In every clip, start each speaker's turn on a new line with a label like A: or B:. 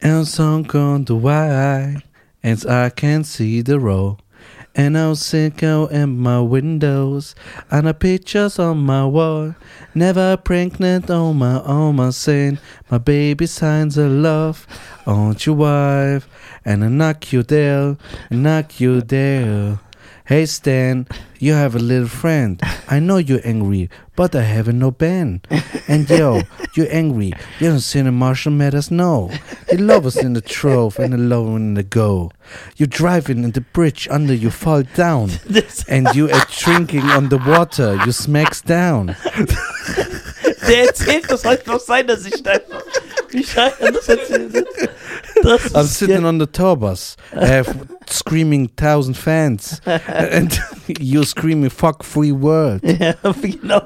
A: And sunk on the wide, and I can see the road. And I'll sink out in my windows, and the pictures on my wall. Never pregnant on my own, my sin. My baby signs of love, aren't your wife? And I knock you there, knock you there. Hey Stan, you have a little friend. I know you're angry, but I haven't no band. And yo, you're angry. You don't see the marshal made us know. The love is in the trove and the love in the go. You're driving and the bridge under you fall down.
B: This,
A: And you are drinking on the water, you smacks down.
B: der erzählt das halt aus seiner Sicht einfach. Wie scheiße das erzählt. Das ist
A: I'm sitting
B: ja,
A: on the tour bus. I have screaming thousand fans. And you screaming fuck free world.
B: ja, genau.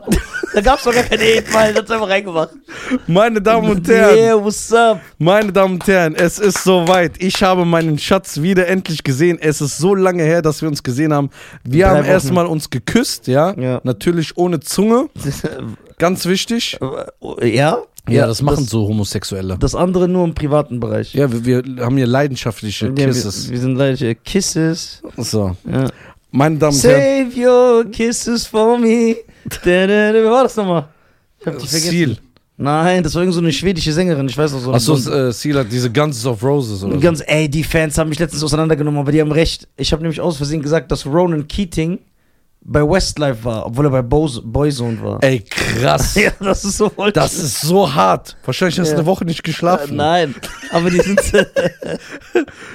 B: Da gab's doch gar keine Hate, weil das einfach reingemacht.
A: Meine Damen und Herren.
B: Yeah, what's up?
A: Meine Damen und Herren, es ist soweit. Ich habe meinen Schatz wieder endlich gesehen. Es ist so lange her, dass wir uns gesehen haben. Wir
B: Drei
A: haben
B: Wochen.
A: erstmal uns geküsst, ja?
B: Ja.
A: Natürlich ohne Zunge, ganz wichtig.
B: äh, Ja?
A: so Homosexuelle.
B: Das andere nur im privaten Bereich.
A: Ja, wir, wir haben hier leidenschaftliche
B: Ja,
A: Kisses.
B: Wir, wir sind leider Kisses.
A: So,
B: Ja.
A: meine Damen und Herren,
B: Save your kisses for me. Da, da, da. Wer war das nochmal? Ich hab die vergessen.
A: Seal.
B: Nein, das war irgend so eine schwedische Sängerin. Ich weiß noch so.
A: Achso,
B: so,
A: äh, Seal hat diese Guns of Roses oder so.
B: ganz, ey, die Fans haben mich letztens auseinandergenommen, aber die haben recht. Ich habe nämlich aus Versehen gesagt, dass Ronan Keating bei Westlife war, obwohl er bei Boz- Boyzone war.
A: Ey, krass.
B: Ja, das ist so voll.
A: Das ist so hart. Wahrscheinlich hast du
B: Ja.
A: eine Woche nicht
B: Äh,
A: geschlafen.
B: Nein, aber die sind.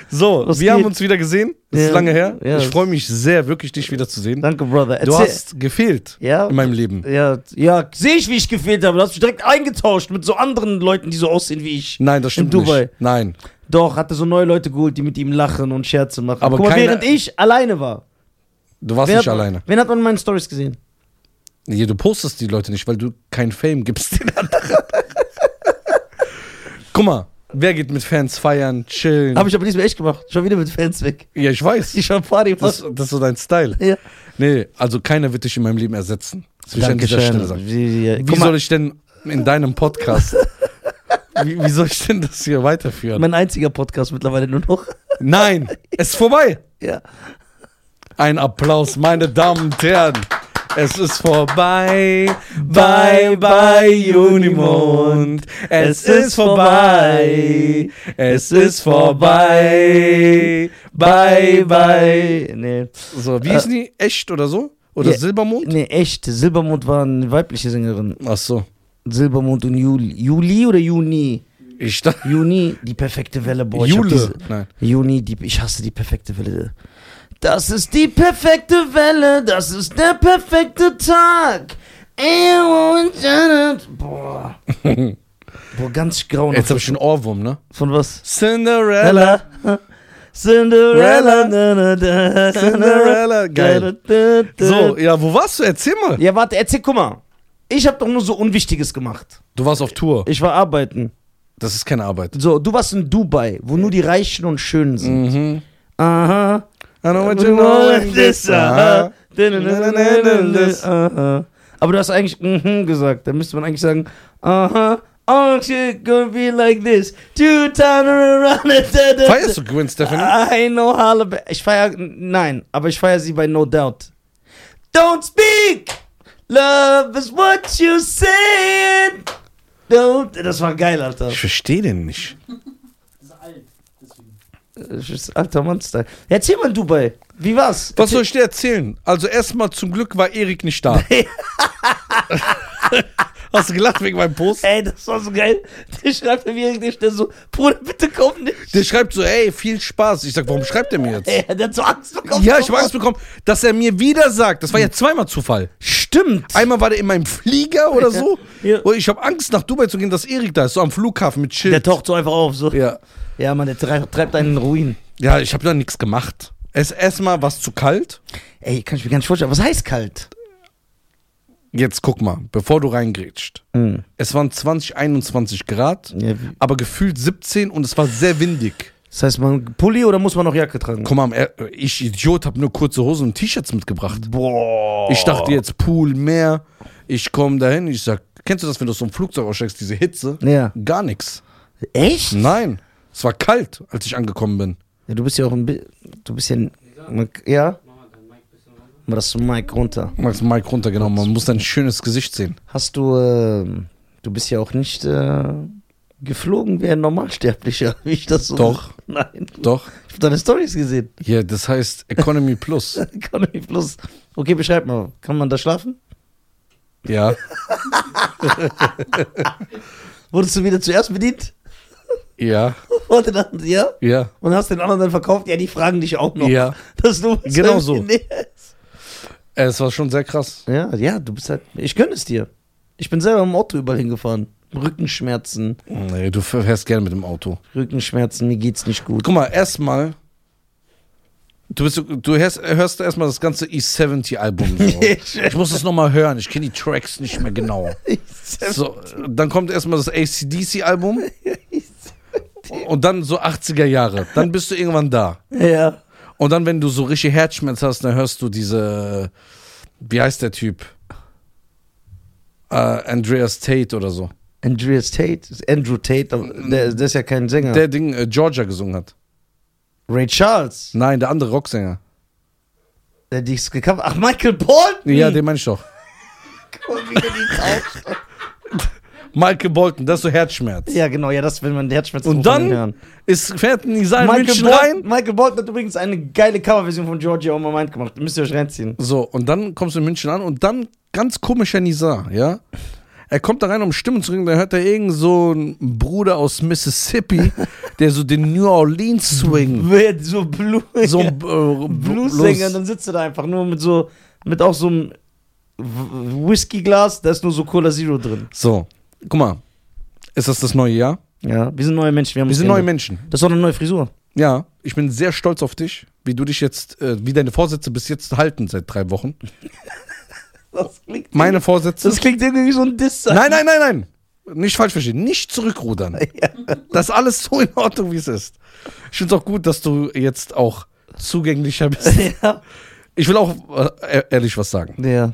A: So, wir
B: Was
A: haben
B: geht?
A: uns wieder gesehen. Das ist
B: Ja.
A: lange her.
B: Ja,
A: ich
B: das-
A: freue mich sehr, wirklich dich wieder zu sehen.
B: Danke, Brother.
A: Du
B: Erzähl-
A: hast gefehlt
B: ja,
A: in meinem Leben.
B: ja, ja, sehe ich, wie ich gefehlt habe. Du hast mich direkt eingetauscht mit so anderen Leuten, die so aussehen wie ich.
A: Nein, das
B: In
A: stimmt
B: Dubai.
A: nicht. Nein.
B: Doch, hatte so neue Leute geholt, die mit ihm lachen und Scherze machen.
A: Aber
B: Guck mal,
A: keine-
B: während ich alleine war.
A: Du warst
B: Wer
A: nicht
B: hat,
A: alleine.
B: Wen hat man in meinen Stories gesehen?
A: Nee, du postest die Leute nicht, weil du kein Fame gibst den anderen. Guck mal, wer geht mit Fans feiern, chillen?
B: Habe ich aber diesmal echt gemacht. Schon wieder mit Fans weg.
A: ja, ich weiß.
B: Die schon Party
A: das, das ist so dein Style.
B: Ja.
A: Nee, also keiner wird dich in meinem Leben ersetzen. Das will ich an dieser Stelle sagen.
B: Wie,
A: Wie
B: guck mal,
A: soll ich denn in deinem Podcast, wie, wie soll ich denn das hier weiterführen?
B: mein einziger Podcast mittlerweile nur noch.
A: Nein, es ist vorbei.
B: Ja.
A: Ein Applaus, meine Damen und Herren. Es ist vorbei, bye bye Unimond. Es ist vorbei, es ist vorbei, bye bye.
B: Nee.
A: So, wie ist die? Echt oder so? Oder
B: Ja.
A: Silbermond?
B: Nee, echt. Silbermond war eine weibliche Sängerin.
A: Ach so.
B: Silbermond und Juli. Juli oder Juni?
A: Ich dachte,
B: Juni, die perfekte Welle, boah. ich hab
A: Jule.
B: diese-
A: Nein.
B: Juni, die, ich hasse die perfekte Welle. Das ist die perfekte Welle, das ist der perfekte Tag. Ey, und Janet. Boah. Boah, ganz grau.
A: Jetzt habe ich einen Ohrwurm, ne?
B: Von was?
A: Cinderella,
B: Cinderella. Cinderella. na, na, da, na,
A: Cinderella. Geil.
B: da, da, da.
A: So, ja, wo warst du? Erzähl mal.
B: Ja, warte, erzähl, guck mal. Ich hab doch nur so Unwichtiges gemacht.
A: Du warst auf Tour.
B: Ich war arbeiten.
A: Das ist keine Arbeit.
B: So, du warst in Dubai, wo nur die Reichen und Schönen sind.
A: Mhm.
B: Aha.
A: I know what
B: Would
A: you
B: you
A: know
B: know
A: and
B: this,
A: this, uh-huh.
B: aha. Aha. Aber du hast eigentlich mhm gesagt. Da müsste man eigentlich sagen, aha. Oh shit, gonna be like this. Two times around it. da, da, da.
A: Feierst du Gwen Stefani?
B: I know Halle. Be- Ich feier, nein, aber ich feier sie bei No Doubt. Don't speak. Love is what you say. Don't. Das war geil, Alter.
A: Ich verstehe den nicht.
B: Das ist Alter Monster. Erzähl mal Dubai. Wie war's?
A: Was soll ich dir erzählen? Also erstmal, zum Glück war Erik nicht da. Hast du gelacht wegen meinem Post?
B: Ey, das war so geil. Der schreibt mir wirklich der so, Bruder, bitte komm nicht.
A: Der schreibt so, ey, viel Spaß. Ich sag, warum schreibt er mir jetzt?
B: Ey, der hat so Angst bekommen.
A: Ja, ich habe Angst bekommen, dass er mir wieder sagt. Das war ja zweimal Zufall.
B: Stimmt.
A: Einmal war der in meinem Flieger oder so.
B: Ja.
A: Und ich habe Angst, nach Dubai zu gehen, dass Erik da ist, so am Flughafen mit Schild.
B: der taucht so einfach auf. So. Ja.
A: ja.
B: Mann, der treib- treibt einen in Ruin.
A: ja, ich habe da nichts gemacht. Es erstmal war es zu kalt.
B: Ey, kann ich mir gar nicht vorstellen. Was heißt kalt?
A: Jetzt guck mal, bevor du reingrätscht.
B: Mhm.
A: Es waren 20, 21 Grad,
B: Ja, wie-
A: aber gefühlt 17 und es war sehr windig.
B: Das heißt, man Pulli oder muss man noch Jacke tragen?
A: Komm mal, äh, ich Idiot, hab nur kurze Hosen und T-Shirts mitgebracht.
B: Boah.
A: Ich dachte jetzt Pool, Meer. Ich komme dahin, ich sag, kennst du das, wenn du aus so einem Flugzeug aussteigst, diese Hitze?
B: Ja.
A: Gar nichts.
B: Echt?
A: Nein. Es war kalt, als ich angekommen bin.
B: Ja, du bist ja auch ein bisschen. Du bist ja. ein- Ja? Mach das Mic runter.
A: Mach das Mike runter, genau. Man muss dein schönes Gesicht sehen.
B: Hast du. ähm, du bist ja auch nicht äh, geflogen wie ein Normalsterblicher, wie ich das so.
A: Doch.
B: Nein.
A: Doch.
B: Ich hab deine Stories gesehen.
A: Ja, das heißt Economy Plus.
B: Economy Plus. Okay, beschreib mal. Kann man da schlafen?
A: Ja.
B: Wurdest du wieder zuerst bedient?
A: Ja.
B: Und dann, ja?
A: Ja.
B: Und hast den anderen dann verkauft? Ja, die fragen dich auch noch.
A: Ja.
B: Dass du
A: Genau so.
B: Nee.
A: Es war schon sehr krass.
B: Ja, ja, du bist halt. Ich gönne es dir. Ich bin selber im Auto überall hingefahren. Rückenschmerzen,
A: Nee, du fährst gerne mit dem Auto.
B: Rückenschmerzen, mir geht's nicht gut.
A: Guck mal, erstmal. Du, bist, du hörst, hörst erstmal das ganze E E70-Album. So. ich muss das nochmal hören. Ich kenne die Tracks nicht mehr genau. So, äh, dann kommt erstmal das ACDC-Album. Und dann so 80er Jahre. Dann bist du irgendwann da.
B: ja.
A: Und dann, wenn du so richtig Herzschmerz hast, dann hörst du diese. Wie heißt der Typ? Äh, Andreas Tate oder so.
B: Andreas Tate, Andrew Tate, aber der, Mm. der ist ja kein Sänger.
A: Der Ding äh, Georgia gesungen hat.
B: Ray Charles,
A: Nein, der andere Rocksänger.
B: der dich gecovert. Ach, Michael Bolton!
A: Ja, den meine ich doch.
B: Guck, wie der die tauscht.
A: Michael Bolton, das ist so Herzschmerz.
B: ja, genau, ja, das will man Herzschmerzen
A: Und dann ist, fährt ein Design München
B: Bolton,
A: rein.
B: Michael Bolton hat übrigens eine geile Coverversion von Georgia Oh My Mind gemacht. Müsst ihr euch reinziehen.
A: So, und dann kommst du in München an und dann ganz komischer Nizar, ja? Er kommt da rein, um Stimmen zu kriegen, dann hört er irgend so einen Bruder aus Mississippi, der so den New Orleans Swing,
B: Wer so Blue,
A: so ein äh,
B: Blues-Sänger, dann sitzt er da einfach nur mit so, mit auch so einem W- Whiskyglas, da ist nur so Cola Zero drin.
A: So, guck mal. Ist das das neue Jahr?
B: Ja, wir sind neue Menschen, wir haben
A: Wir
B: uns
A: sind neue
B: geändert.
A: Menschen.
B: Das ist doch eine neue Frisur.
A: Ja, ich bin sehr stolz auf dich, wie du dich jetzt, äh, wie deine Vorsätze bis jetzt halten seit drei Wochen.
B: Das klingt,
A: Meine Vorsätze.
B: das klingt irgendwie wie so ein Diss.
A: Nein, nein, nein, nein. Nicht falsch verstehen. Nicht zurückrudern. Das ist alles so in Ordnung, wie es ist. Ich finde es auch gut, dass du jetzt auch zugänglicher bist.
B: Ja.
A: Ich will auch äh, ehrlich was sagen.
B: ja.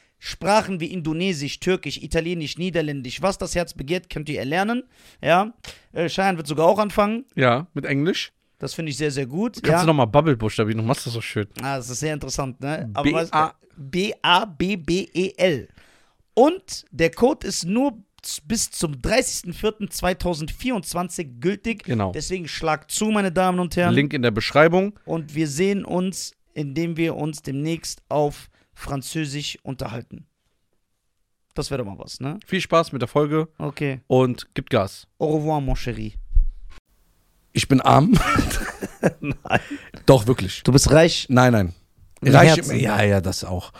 B: Sprachen wie Indonesisch, Türkisch, Italienisch, Niederländisch, was das Herz begehrt, könnt ihr erlernen. Ja, äh, Cheyenne wird sogar auch anfangen.
C: Ja, mit Englisch.
B: Das finde ich sehr, sehr gut.
C: Kannst
B: ja.
C: du nochmal Bubble buchstabieren, du machst das so schön.
B: Ah, das ist sehr interessant, ne?
C: B-
B: weißt du,
C: A-
B: B-A-B-B-E-L. E Und der Code ist nur z- bis zum 30.04.2024 gültig.
C: Genau.
B: Deswegen schlag zu, meine Damen und Herren.
C: Link in der Beschreibung.
B: Und wir sehen uns, indem wir uns demnächst auf Französisch unterhalten. Das wäre doch mal was, ne?
C: Viel Spaß mit der Folge
B: Okay.
C: und gibt Gas.
B: Au revoir, mon chéri.
A: Ich bin arm. Doch, wirklich.
B: Du bist reich.
A: Nein, nein.
B: Im
A: Reich
B: Herzen.
A: ja, ja, das auch.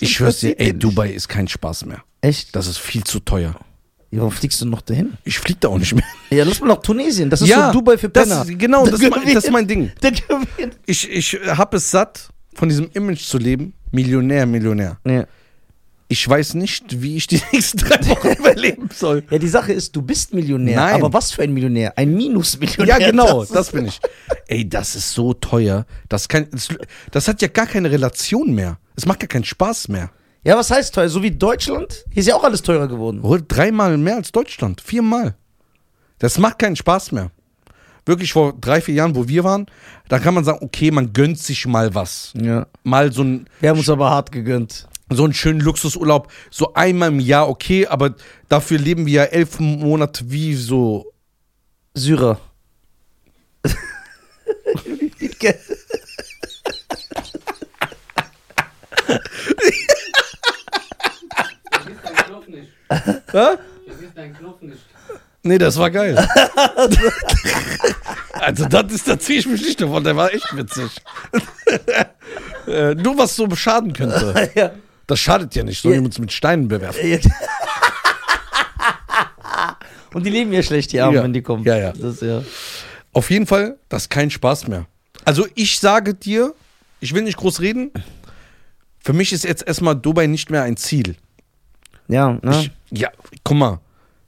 A: ich schwör's dir, ey, Dubai ist kein Spaß mehr.
B: Echt?
A: Das ist viel zu teuer.
B: Ja, warum fliegst du noch dahin?
A: Ich flieg da auch nicht mehr.
B: Ja, lass mal nach Tunesien. Das ist so Dubai für
A: das-
B: Penner.
A: Genau, das, ist mein, das ist
B: mein.
A: mein Ding.
B: Der gewinnt.
A: Ich, ich hab es satt, von diesem Image zu leben. Millionär, Millionär.
B: Ja.
A: Ich weiß nicht, wie ich die nächsten drei Wochen überleben soll.
B: ja, die Sache ist, du bist Millionär,
A: Nein.
B: aber was für ein Millionär? Ein Minusmillionär.
A: Ja, genau,
B: ist-
A: das bin ich. Ey, das ist so teuer. Das, kann, das, das hat ja gar keine Relation mehr. Es macht gar keinen Spaß mehr.
B: Ja, was heißt teuer? So wie Deutschland? Hier ist ja auch alles teurer geworden.
A: Obwohl, Dreimal mehr als Deutschland. Viermal. Das macht keinen Spaß mehr. Wirklich vor drei, vier Jahren, wo wir waren, da kann man sagen, okay, man gönnt sich mal was.
B: Ja.
A: Mal so ein
B: Wir haben uns aber hart gegönnt.
A: so einen schönen Luxusurlaub, so einmal im Jahr, okay, aber dafür leben wir ja elf Monate wie so.
B: Syrer.
D: Vergiss deinen Knopf nicht.
A: Hä?
D: Vergiss deinen Knopf nicht.
A: Nee, das war geil. also, das ist, da ziehe ich mich nicht davon, der war echt witzig. äh, nur was so beschaden könnte.
B: ja.
A: Das schadet ja nicht, so jemand mit Steinen bewerfen.
B: Und die leben ja schlecht, die Armen,
A: Ja.
B: wenn die kommen.
A: Ja, ja.
B: Das ist ja.
A: Auf jeden Fall, das ist kein Spaß mehr. Also, ich sage dir, ich will nicht groß reden. Für mich ist jetzt erstmal Dubai nicht mehr ein Ziel.
B: Ja, ne?
A: Ich, ja, guck mal.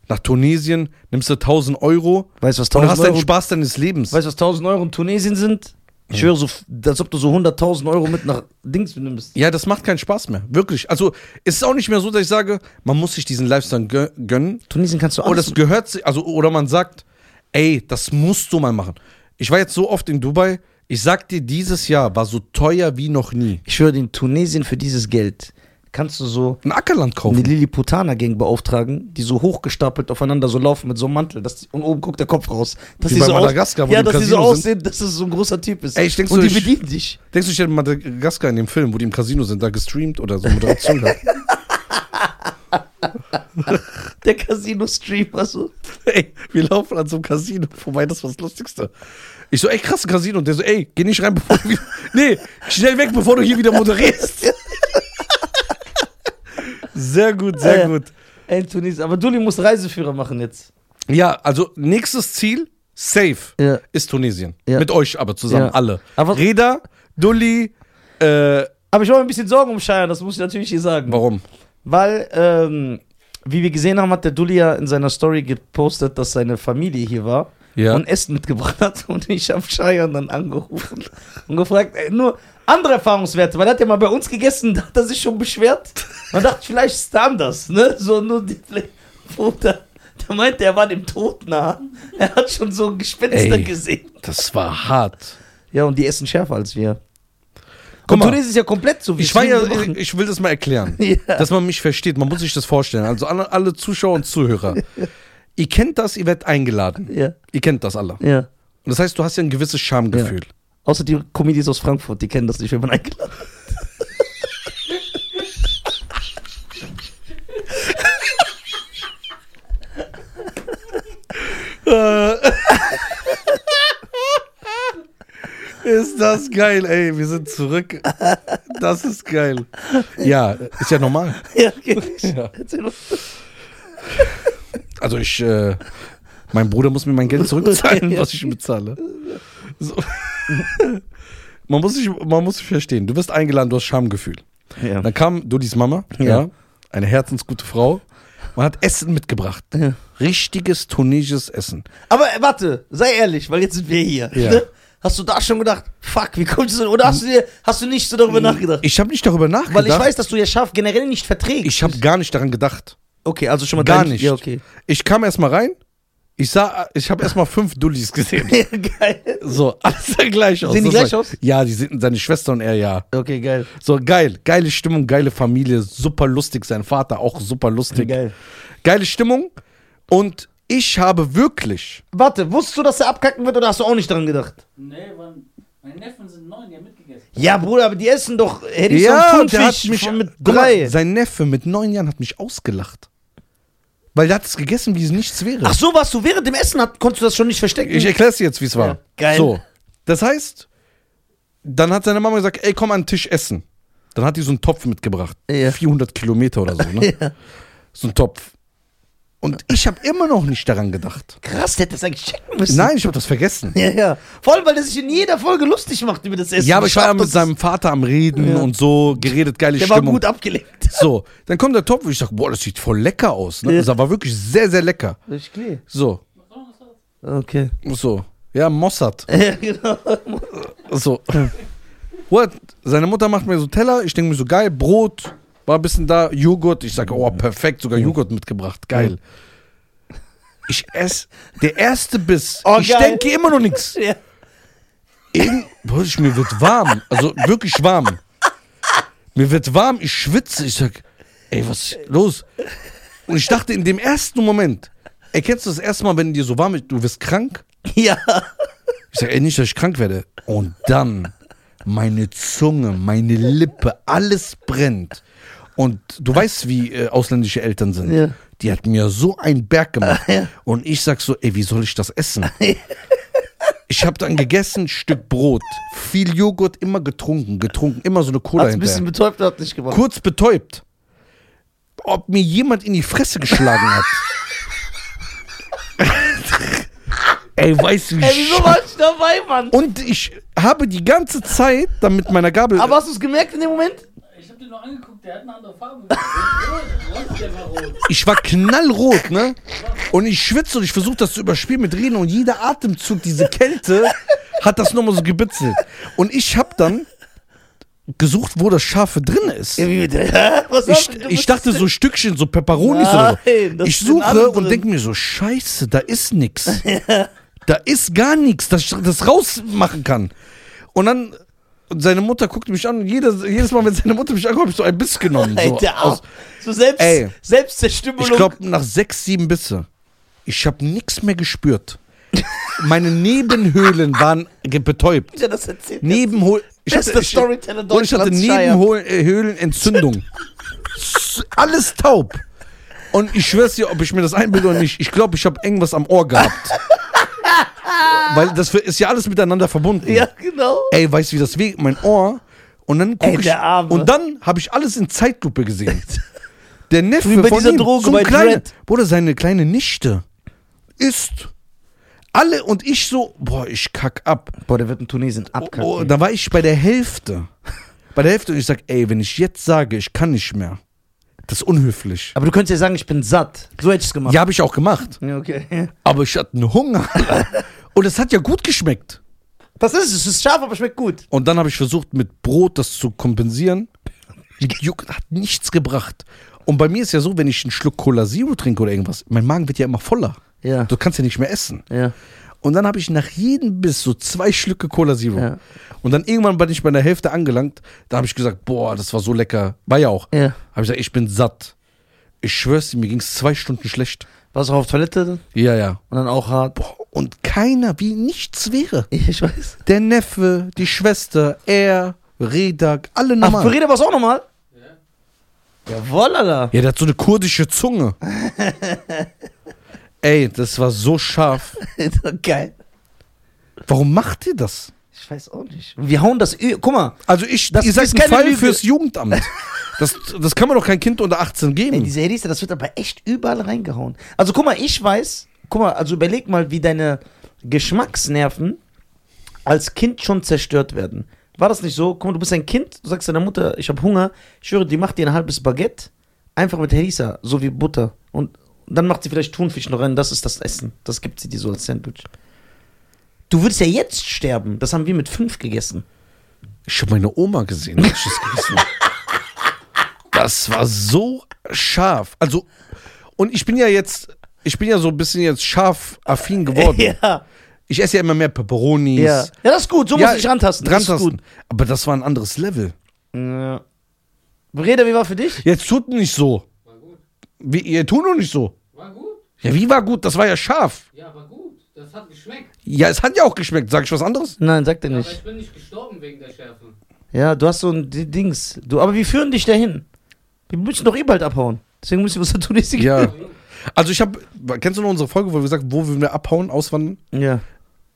A: Nach Tunesien nimmst du 1000 Euro
B: weißt du, was
A: und hast
B: 1000 Euro,
A: den Spaß deines Lebens.
B: weißt, du, was 1000 Euro in Tunesien sind? Ich höre so, f- als ob du so 100.000 Euro mit nach Dings nimmst.
A: ja, das macht keinen Spaß mehr. Wirklich. Also, es ist auch nicht mehr so, dass ich sage, man muss sich diesen Lifestyle gö- gönnen.
B: Tunesien kannst du
A: Oder
B: alles.
A: Oh, das gehört sich, also, oder man sagt, ey, das musst du mal machen. Ich war jetzt so oft in Dubai, ich sag dir, dieses Jahr war so teuer wie noch nie.
B: ich höre, in Tunesien für dieses Geld kannst du so
A: Ein Ackerland
B: eine
A: kaufen.
B: Lilliputaner-Gang beauftragen, die so hochgestapelt aufeinander so laufen mit so einem Mantel. Dass die, und oben guckt der Kopf raus. Dass
A: Wie
B: die
A: bei
B: so aus-
A: Madagaskar, wo
B: Ja,
A: die im
B: dass die so
A: Casino sind.
B: aussehen, dass es so ein großer Typ ist.
A: Ey, ich denk
B: und
A: so,
B: die
A: ich-
B: bedienen dich.
A: Denkst du, ich hätte Madagaskar in dem Film, wo die im Casino sind, da gestreamt oder so Moderation gehabt?
B: Der Casino-Streamer so.
A: Ey, wir laufen an so einem Casino vorbei, das war das Lustigste. Ich so, ey, krass, ein Casino. Und der so, ey, geh nicht rein, bevor du wieder, Nee, schnell weg, bevor du hier wieder moderierst. Sehr gut, sehr
B: Äh.
A: gut.
B: Ey, in Tunesien. Aber Dulli muss Reiseführer machen jetzt.
A: Ja, also nächstes Ziel, safe,
B: Ja.
A: ist Tunesien.
B: Ja.
A: Mit euch aber zusammen,
B: Ja.
A: alle.
B: Aber-
A: Reda, Dulli, äh,
B: Aber ich mache mir ein bisschen Sorgen um Shire, das muss ich natürlich hier sagen.
A: warum?
B: Weil, ähm, wie wir gesehen haben, hat der Dulli ja in seiner Story gepostet, dass seine Familie hier war
A: Ja.
B: und Essen mitgebracht hat. Und ich habe Shire dann angerufen und gefragt, ey, nur andere Erfahrungswerte, weil er hat ja mal bei uns gegessen, da hat er sich schon beschwert. Man dachte, vielleicht ist da anders, ne? So nur die Bruder. Der meinte, er war dem Tod nah. Er hat schon so ein Gespenster
A: Ey.
B: gesehen.
A: Das war hart.
B: Ja, und die essen schärfer als wir.
A: Guck
B: und
A: mal.
B: Tunesien ist ja komplett so wie
A: Ich war ja,
B: Schweden machen.
A: ich will das mal erklären,
B: Ja.
A: dass man mich versteht. Man muss sich das vorstellen. Also alle, alle Zuschauer und Zuhörer. Ihr kennt das, ihr werdet eingeladen.
B: Ja,
A: Ihr kennt das alle. Und
B: ja.
A: das heißt, du hast ja ein gewisses Schamgefühl.
B: Außer die Comedians aus Frankfurt, die kennen das nicht, wenn man eingeladen wird.
A: Ist das geil, ey. Wir sind zurück. Das ist geil. Ja, ist ja normal.
B: Ja, okay.
A: Ja.
B: Erzähl mal.
A: Also ich, äh, mein Bruder muss mir mein Geld zurückzahlen, was ich ihm bezahle. So. Man muss, sich, man muss sich verstehen. Du wirst eingeladen, du hast Schamgefühl.
B: Ja.
A: Dann kam Dudis Mama, ja. eine herzensgute Frau. Man hat Essen mitgebracht.
B: Ja.
A: Richtiges tunesisches Essen.
B: Aber äh, warte, sei ehrlich, weil jetzt sind wir hier.
A: Ja.
B: Ne? Hast du da schon gedacht, fuck, wie kommst du so? Oder hast du, dir, hast du nicht so darüber nachgedacht?
A: Ich habe nicht darüber nachgedacht.
B: weil ich weiß, dass du ja scharf generell nicht verträgst.
A: ich habe gar nicht daran gedacht.
B: okay, also schon mal
A: Gar
B: dein-
A: nicht.
B: Ja, okay.
A: Ich kam erstmal rein. Ich sah, ich habe erstmal fünf Dullis gesehen.
B: geil.
A: So, alles sah gleich aus.
B: Sehen die
A: Das
B: gleich
A: war-
B: aus?
A: Ja, die sind seine Schwester und er, ja.
B: Okay, geil.
A: So, geil. Geile Stimmung, geile Familie, super lustig. Sein Vater auch super lustig.
B: Geil.
A: Geile Stimmung. Und ich habe wirklich,
B: Warte, wusstest du, dass er abkacken wird oder hast du auch nicht daran gedacht?
D: Nee, wann? Meine Neffen sind neun, die haben mitgegessen.
B: Ja, Bruder, aber die essen doch. Hätte ich so einen
A: der
B: Thunfisch
A: hat mich
B: von mit
A: Guck
B: drei.
A: Mal, sein Neffe mit neun Jahren hat mich ausgelacht. Weil der hat es gegessen, wie es nichts wäre.
B: Ach so, was du während dem Essen hat, konntest du das schon nicht verstecken?
A: Ich erkläre es jetzt, wie es war.
B: Ja, geil.
A: So. Das heißt, dann hat seine Mama gesagt, ey, komm an den Tisch essen. Dann hat die so einen Topf mitgebracht.
B: Ja.
A: 400 Kilometer oder so, ne?
B: Ja.
A: So ein Topf. Und ich habe immer noch nicht daran gedacht.
B: Krass, der hätte das eigentlich checken müssen.
A: Nein, ich habe das vergessen.
B: Ja, ja. Vor allem, weil er sich in jeder Folge lustig macht über das Essen.
A: Ja, aber ich war ja
B: Schafft
A: mit
B: das-
A: seinem Vater am Reden
B: Ja.
A: und so geredet, geile
B: Der war
A: Stimmung.
B: gut abgelenkt.
A: So, dann kommt der Topf und ich sag, boah, das sieht voll lecker aus. Ne?
B: Ja.
A: Das war wirklich sehr, sehr lecker.
B: Ich gehe.
A: So,
B: Okay.
A: so. Ja, Mossad.
B: Ja, genau.
A: So. What? Seine Mutter macht mir so Teller, ich denke mir so, geil, Brot, war ein bisschen da, Joghurt. Ich sage, oh, perfekt, sogar Joghurt mitgebracht, geil. Ich esse, der erste Biss,
B: Oh,
A: ich
B: geil.
A: denke immer noch nichts.
B: Ja.
A: Boah, ich, mir wird warm, also wirklich warm. Mir wird warm, ich schwitze, ich sag, ey, was ist los? Und ich dachte in dem ersten Moment, erkennst du das erste Mal, wenn dir so warm wird, du wirst krank?
B: Ja.
A: Ich sage, ey, nicht, dass ich krank werde. Und dann meine Zunge, meine Lippe, alles brennt. Und du weißt, wie äh, ausländische Eltern sind.
B: Ja.
A: Die hat mir so einen Berg gemacht.
B: Ja.
A: Und ich sag so, ey, wie soll ich das essen? Ich habe dann gegessen, Stück Brot, viel Joghurt, immer getrunken, getrunken, immer so eine Cola
B: Hat's ein bisschen
A: hinterher.
B: betäubt, hat nicht gemacht.
A: Kurz betäubt. Ob mir jemand in die Fresse geschlagen hat. ey, weißt du, wie,
B: Ey, wieso
A: scheiße-
B: war ich dabei, Mann?
A: und ich habe die ganze Zeit dann mit meiner Gabel.
B: Aber hast du es gemerkt in dem Moment?
D: Ich hab den nur angeguckt, der hat eine andere Farbe. Rot, rot, der war rot.
A: ich war knallrot, ne? Und ich schwitze und ich versuche das zu überspielen mit Reden und jeder Atemzug, diese Kälte, hat das nochmal so gebitzelt. Und ich habe dann gesucht, wo das Scharfe drin ist.
B: Ja, wie bitte? Hä? Was
A: Ich,
B: hast du- du
A: ich
B: bist-
A: dachte so Stückchen, so Peperonis oder
B: Nein,
A: so.
B: das
A: Ich
B: ist in allem
A: suche und
B: drin.
A: denke mir so, scheiße, da ist nix. da ist gar nichts, dass ich das rausmachen kann. Und dann, und seine Mutter guckt mich an und jedes, jedes Mal, wenn seine Mutter mich anguckt, habe ich so ein Biss genommen. So,
B: Alter,
A: aus,
B: aus, so selbst,
A: Ey.
B: Selbstzerstümmelung.
A: ich glaube, nach sechs, sieben Bisse. Ich habe nichts mehr gespürt. Meine Nebenhöhlen waren ge- betäubt.
B: Ja, das erzählt
A: Nebenhol. Ich
B: Bester Storyteller
A: ich, und ich hatte äh,
B: Deutschlands, Shire.
A: Nebenhöhlenentzündung. S- Alles taub. Und ich schwör's dir, ob ich mir das einbilde oder nicht. Ich glaube, ich habe irgendwas am Ohr gehabt. Weil das ist ja alles miteinander verbunden.
B: Ja, genau.
A: Ey, weißt du, wie das weh? Mein Ohr. Und dann
B: Ey,
A: guck ich.
B: der Arme.
A: Und dann habe ich alles in Zeitlupe gesehen. Der Neffe
B: Wie bei
A: von
B: dieser
A: ihm,
B: Droge
A: so ein
B: bei
A: kleiner,
B: Dredd.
A: Bruder, seine kleine Nichte ist alle und ich so, boah, ich kack ab.
B: Boah, der wird in Tunesien abkacken.
A: Oh, da war ich bei der Hälfte. Bei der Hälfte und ich sag, ey, wenn ich jetzt sage, ich kann nicht mehr, das ist unhöflich.
B: Aber du könntest ja sagen, ich bin satt. So hätte ich es gemacht.
A: Ja, habe ich auch gemacht.
B: Ja, okay.
A: Aber ich hatte einen Hunger. und es hat ja gut geschmeckt.
B: Das ist es. Es ist scharf, aber schmeckt gut.
A: Und dann habe ich versucht, mit Brot das zu kompensieren. Juck hat nichts gebracht. Und bei mir ist ja so, wenn ich einen Schluck Cola Zero trinke oder irgendwas, mein Magen wird ja immer voller.
B: Ja.
A: Du kannst ja nicht mehr essen.
B: Ja.
A: Und dann habe ich nach jedem Biss so zwei Schlücke Cola Zero.
B: Ja.
A: Und dann irgendwann bin ich bei der Hälfte angelangt. Da habe ich gesagt, boah, das war so lecker. War ja auch.
B: Ja.
A: Habe ich gesagt, ich bin satt. Ich schwör's dir, mir ging's zwei Stunden schlecht.
B: Warst du auf Toilette
A: Ja, ja.
B: und dann auch hart. Boah.
A: Und keiner wie nichts wäre.
B: Ich weiß.
A: Der Neffe, die Schwester, er, Redak, alle
B: Ach,
A: normal.
B: für Reda war es auch nochmal?
D: Ja.
B: Jawoll, Alter.
A: Ja, der hat so eine kurdische Zunge. Ey, das war so scharf.
B: Geil.
A: Warum macht ihr das?
B: Ich weiß auch nicht. Wir hauen das. Ö Guck mal.
A: Also ich,
B: Das
A: ihr seid
B: ist
A: ein
B: keine
A: Fall
B: Lüge.
A: fürs Jugendamt. Das, das kann man doch kein Kind unter 18
B: Ey,
A: geben.
B: diese Elisa, das wird aber echt überall reingehauen. Also guck mal, ich weiß, guck mal, also überleg mal, wie deine Geschmacksnerven als Kind schon zerstört werden. War das nicht so? Guck mal, du bist ein Kind, du sagst deiner Mutter, ich habe Hunger. Ich höre, die macht dir ein halbes Baguette, einfach mit Elisa, so wie Butter. Und dann macht sie vielleicht Thunfisch noch rein, das ist das Essen. Das gibt sie dir so als Sandwich. Du würdest ja jetzt sterben, das haben wir mit fünf gegessen.
A: Ich habe meine Oma gesehen. als ich Das, gegessen hab. das war so scharf. Also, und ich bin ja jetzt, ich bin ja so ein bisschen jetzt scharf affin geworden.
B: Ja.
A: Ich esse ja immer mehr Peperonis.
B: Ja. ja, das ist gut, so muss ich rantasten. das ist
A: rantasten. Aber das war ein anderes Level.
B: gut. Ja. Reda, wie war für dich?
A: Jetzt tut nicht so.
D: War gut.
A: Wie, ihr tut doch nicht so.
D: War gut.
A: Ja, wie war gut? Das war ja scharf.
D: Ja, war gut. Das hat geschmeckt.
A: Ja, es hat ja auch geschmeckt. Sag ich was anderes?
B: Nein, sagt er
D: Aber ich
B: nicht.
D: bin nicht gestorben wegen der Schärfe.
B: Ja, du hast so ein D- Dings. Du, aber wir führen dich dahin. Wir müssen doch eh bald abhauen. Deswegen müssen wir was tun. Tunesien
A: Ja. Also ich habe, kennst du noch unsere Folge, wo wir gesagt, haben, wo würden wir abhauen, auswandern?
B: ja.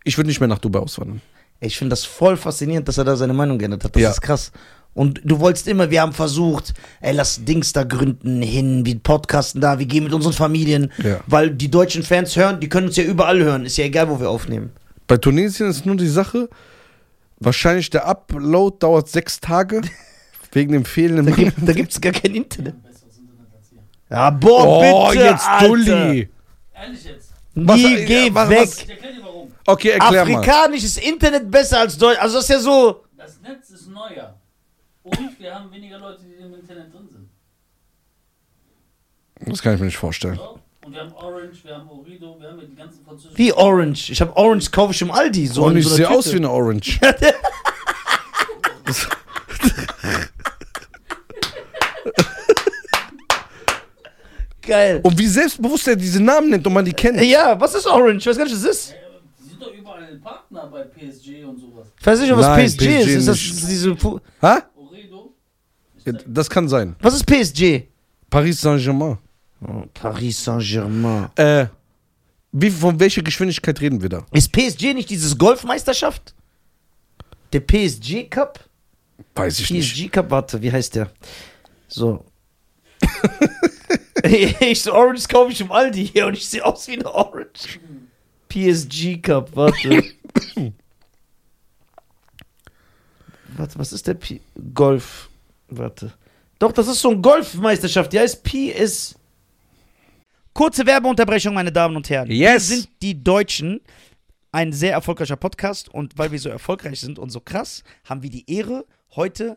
A: Ich würde nicht mehr nach Dubai auswandern.
B: Ey, Ich finde das voll faszinierend, dass er da seine Meinung geändert hat. Das
A: Ja.
B: ist krass. Und du wolltest immer, wir haben versucht, ey, lass Dings da gründen hin, wir podcasten da, wir gehen mit unseren Familien,
A: Ja.
B: weil die deutschen Fans hören, die können uns ja überall hören, ist ja egal, wo wir aufnehmen.
A: Bei Tunesien ist nur die Sache, wahrscheinlich der Upload dauert sechs Tage wegen dem
B: Da
A: fehlenden.
B: gibt da gibt's gar kein Internet.
D: Besseres Internet als hier.
B: Ja, boah,
A: oh,
B: bitte,
A: jetzt
B: Alter.
A: Dulli.
D: Ehrlich jetzt.
A: Was-
B: Nie, geh
A: äh, was-
B: weg.
A: was-
D: Ich erkläre dir warum.
A: Okay, erklär mal.
B: Afrikanisches Internet besser als Deutsch. Also das ist ja so.
D: Das Netz ist neuer. Und wir haben weniger Leute, die im Internet drin sind.
A: Das kann ich mir nicht vorstellen.
D: So? Und wir haben Orange, wir haben Orido, wir haben ja die ganzen französischen.
B: Wie Orange. Ich habe Orange, kaufe ich im Aldi. So
A: Und
B: in
A: ich
B: so einer
A: sehe
B: Tüte.
A: aus wie eine Orange. Das-
B: Geil.
A: Und wie selbstbewusst er diese Namen nennt und man die kennt.
B: Ja, was ist Orange? Ich weiß gar nicht, was es ist.
D: Äh, Die sind doch überall Partner bei PSG und sowas.
B: Ich weiß nicht, was
A: Nein,
B: PSG ist.
A: PSG
B: ist das
A: nicht.
B: diese Fu-
A: Ha?
D: Orido. Ich
A: Ja,
D: zeig-
A: Das kann sein.
B: was ist PSG?
A: Paris Saint-Germain.
B: Oh, Paris Saint-Germain.
A: Äh, wie, von welcher Geschwindigkeit reden wir da?
B: Ist PSG nicht dieses Golfmeisterschaft? Der PSG Cup?
A: Weiß ich nicht.
B: PSG Cup, warte, wie heißt der? So. ich so Orange kaufe ich im Aldi hier und ich sehe aus wie eine Orange. PSG Cup, warte. warte, was ist der P Golf? Warte. Doch, das ist so eine Golfmeisterschaft, die heißt PS. Kurze Werbeunterbrechung, meine Damen und Herren.
A: Yes.
B: Wir sind die Deutschen ein sehr erfolgreicher Podcast und weil wir so erfolgreich sind und so krass, haben wir die Ehre, heute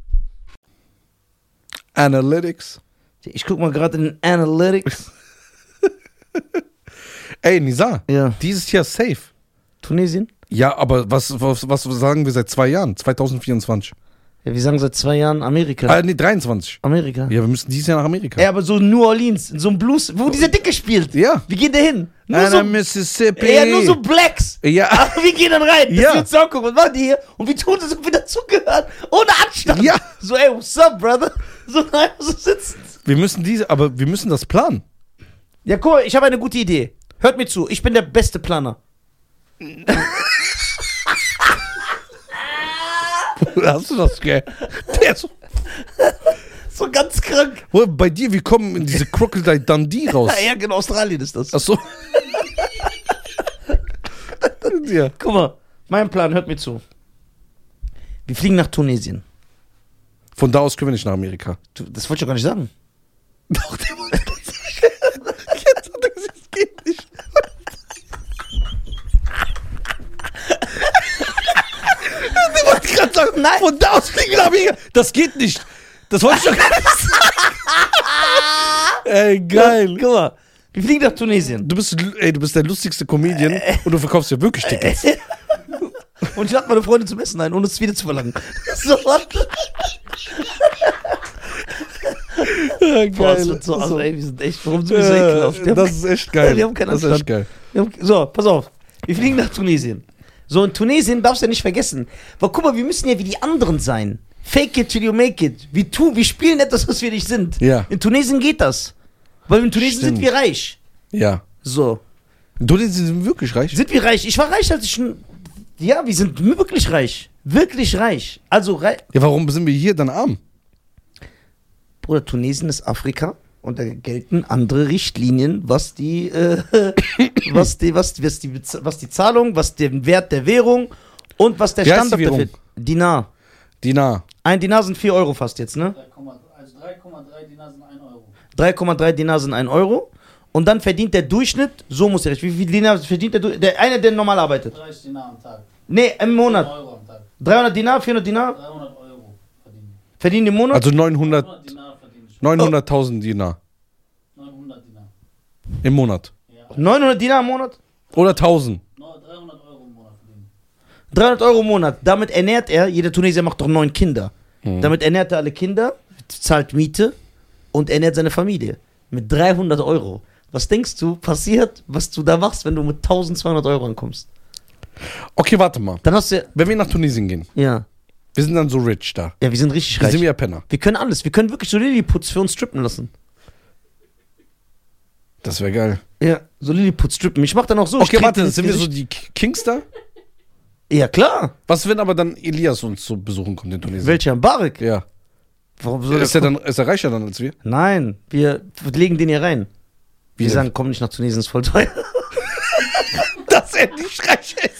A: Analytics.
B: Ich guck mal gerade in den Analytics.
A: Ey, Nisa,
B: ja.
A: dieses Jahr safe.
B: Tunesien?
A: Ja, aber was, was, was sagen wir seit zwei Jahren? 2024.
B: Ja, wir sagen seit zwei Jahren Amerika.
A: Äh, nee, 23.
B: Amerika.
A: Ja, wir müssen dieses Jahr nach Amerika.
B: Ja, aber so New Orleans, in so ein Blues, wo dieser Dicke spielt.
A: Ja.
B: Wir gehen da hin. Nur
A: Anna,
B: so,
A: Mississippi.
B: ja, nur so Blacks.
A: Ja.
B: Aber wir gehen dann rein. Das
A: Ja.
B: wird so angucken. Was machen die hier? Und wir tun das, ob wir dazugehören. Ohne Anstand.
A: Ja.
B: So, ey, what's up, brother? So, nein, so sitzen.
A: Wir müssen diese, aber wir müssen das planen.
B: Ja, cool, ich habe eine gute Idee. Hört mir zu, ich bin der beste Planer.
A: Hast du das, gell? Der ist,
B: So ganz krank.
A: Wo- bei dir, wir kommen in diese Crocodile Dundee raus.
B: Ja, ja, in Australien ist das.
A: Achso. ja.
B: Guck mal, mein Plan, hört mir zu. Wir fliegen nach Tunesien.
A: Von da aus können wir nicht nach Amerika.
B: Du, das wollte ich doch gar nicht sagen.
A: Doch, der wollte das Jetzt hat er gesagt, es geht nicht. Ich wollte gerade sagen,
B: Nein.
A: von da aus fliegen wir nach Amerika. Das geht nicht. Das wollte ich doch gar nicht sagen. Ey, geil.
B: Guck mal, wir fliegen nach Tunesien.
A: Du bist, ey, du bist der lustigste Comedian und du verkaufst ja wirklich Tickets.
B: Und ich lade meine Freunde zum Essen ein, ohne es wieder zu verlangen. So, was? Boah, das wird so, also, ey, wir sind echt, warum sind wir so ekelhaft? Wir haben,
A: das Äh, ist echt geil.
B: Die haben keinen
A: das ist echt geil.
B: wir haben, so, pass auf, wir fliegen nach Tunesien. So, in Tunesien darfst du ja nicht vergessen. Aber guck mal, wir müssen ja wie die anderen sein. Fake it till you make it. Wir tun, wir spielen etwas, was wir nicht sind.
A: Ja.
B: In Tunesien geht das. Weil in Tunesien
A: Stimmt.
B: sind wir reich.
A: Ja.
B: So.
A: Du, die sind wirklich reich.
B: Sind wir reich? Ich war reich, als ich. n- Ja, wir sind wirklich reich. Wirklich reich. Also, rei
A: Ja, warum sind wir hier dann arm?
B: Bruder, Tunesien ist Afrika und da gelten andere Richtlinien, was die, äh, was die, was, was die, Bez- was die Zahlung, was den Wert der Währung und was der
A: Wie heißt
B: Standard
A: die
B: der
A: Währung?
B: Fe- Dinar.
A: Dinar.
B: Ein Dinar sind 4 Euro fast jetzt, ne?
D: 3,3 also 3,3 Dinar sind 1 Euro.
B: 3,3 Dinar sind 1 Euro. Und dann verdient der Durchschnitt, so muss er recht. Wie viel Dinar verdient der, Du- der einer, der normal arbeitet?
D: 30 Dinar am Tag.
B: Nee, im
D: 1
B: Monat.
D: Euro am Tag.
B: 300 Dinar, 400 Dinar
D: 300 Euro verdienen.
B: verdienen im Monat.
A: Also 900
D: 100 Dinar verdienen schon.
A: 900.000 Dinar
D: 900 Dinar.
A: im Monat.
D: Ja.
B: 900 Dinar im Monat,
A: Oder 1000.
D: Nur 300 Euro im Monat verdienen.
B: 300 Euro im Monat. Damit ernährt er, jeder Tunesier macht doch neun Kinder.
A: Mhm.
B: Damit ernährt er alle Kinder, zahlt Miete und ernährt seine Familie. Mit 300 Euro. Was denkst du, passiert, was du da machst, wenn du mit 1200 Euro ankommst?
A: Okay, warte mal.
B: Dann hast du ja.
A: Wenn wir nach Tunesien gehen,
B: Ja,
A: wir sind dann so rich da.
B: ja wir sind richtig
A: Wir
B: reich.
A: sind ja Penner.
B: wir können alles. Wir können wirklich so Lilliputz für uns strippen lassen.
A: Das wäre geil.
B: Ja, so Lilliputz strippen. Ich mach dann auch so. ich
A: Okay,
B: trete
A: warte,
B: ins
A: sind wir so
B: Gesicht.
A: die K- Kings da?
B: Ja, klar.
A: Was, wenn aber dann Elias uns zu besuchen kommt in Tunesien?
B: Welcher? Barek?
A: Ja.
B: Warum soll
A: Ist er, dann, ist er reicher dann als wir?
B: Nein, wir legen den hier rein. Wir
A: Wie?
B: sagen, komm nicht nach Tunesien, ist voll teuer.
A: Dass er nicht reicher ist.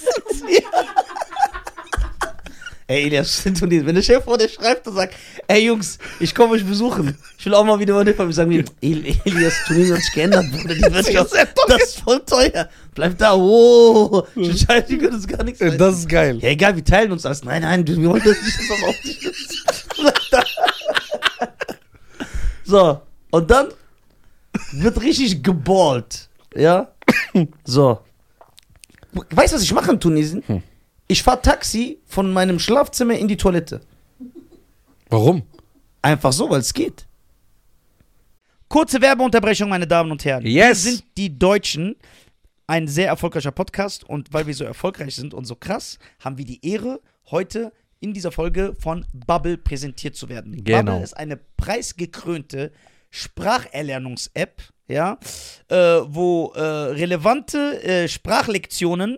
B: Ey, Elias, in Tunesien. Wenn der Chef vor dir schreibt und sagt, ey Jungs, ich komme euch besuchen. Ich will auch mal wieder mal helfen. Wir sagen, El Elias, Tunesien hat sich geändert, Bruder. Die Wirtschaft, das ist voll teuer. Bleib da, wow. Ich entscheide, die können uns gar nichts leisten.
A: Äh, Das ist geil.
B: Ja, egal, wir teilen uns das. Nein, nein, wir wollen das nicht, dass das auf dich ist. so, und dann wird richtig geballt. Ja? So. Weißt du, was ich mache in Tunesien? Ich fahre Taxi von meinem Schlafzimmer in die Toilette.
A: Warum?
B: Einfach so, weil es geht. Kurze Werbeunterbrechung, meine Damen und Herren.
A: Yes.
B: Wir sind die Deutschen ein sehr erfolgreicher Podcast und weil wir so erfolgreich sind und so krass, haben wir die Ehre, heute in dieser Folge von Bubble präsentiert zu werden.
A: Genau.
B: Bubble ist eine preisgekrönte Spracherlernungs-App, ja, äh, wo äh, relevante äh, Sprachlektionen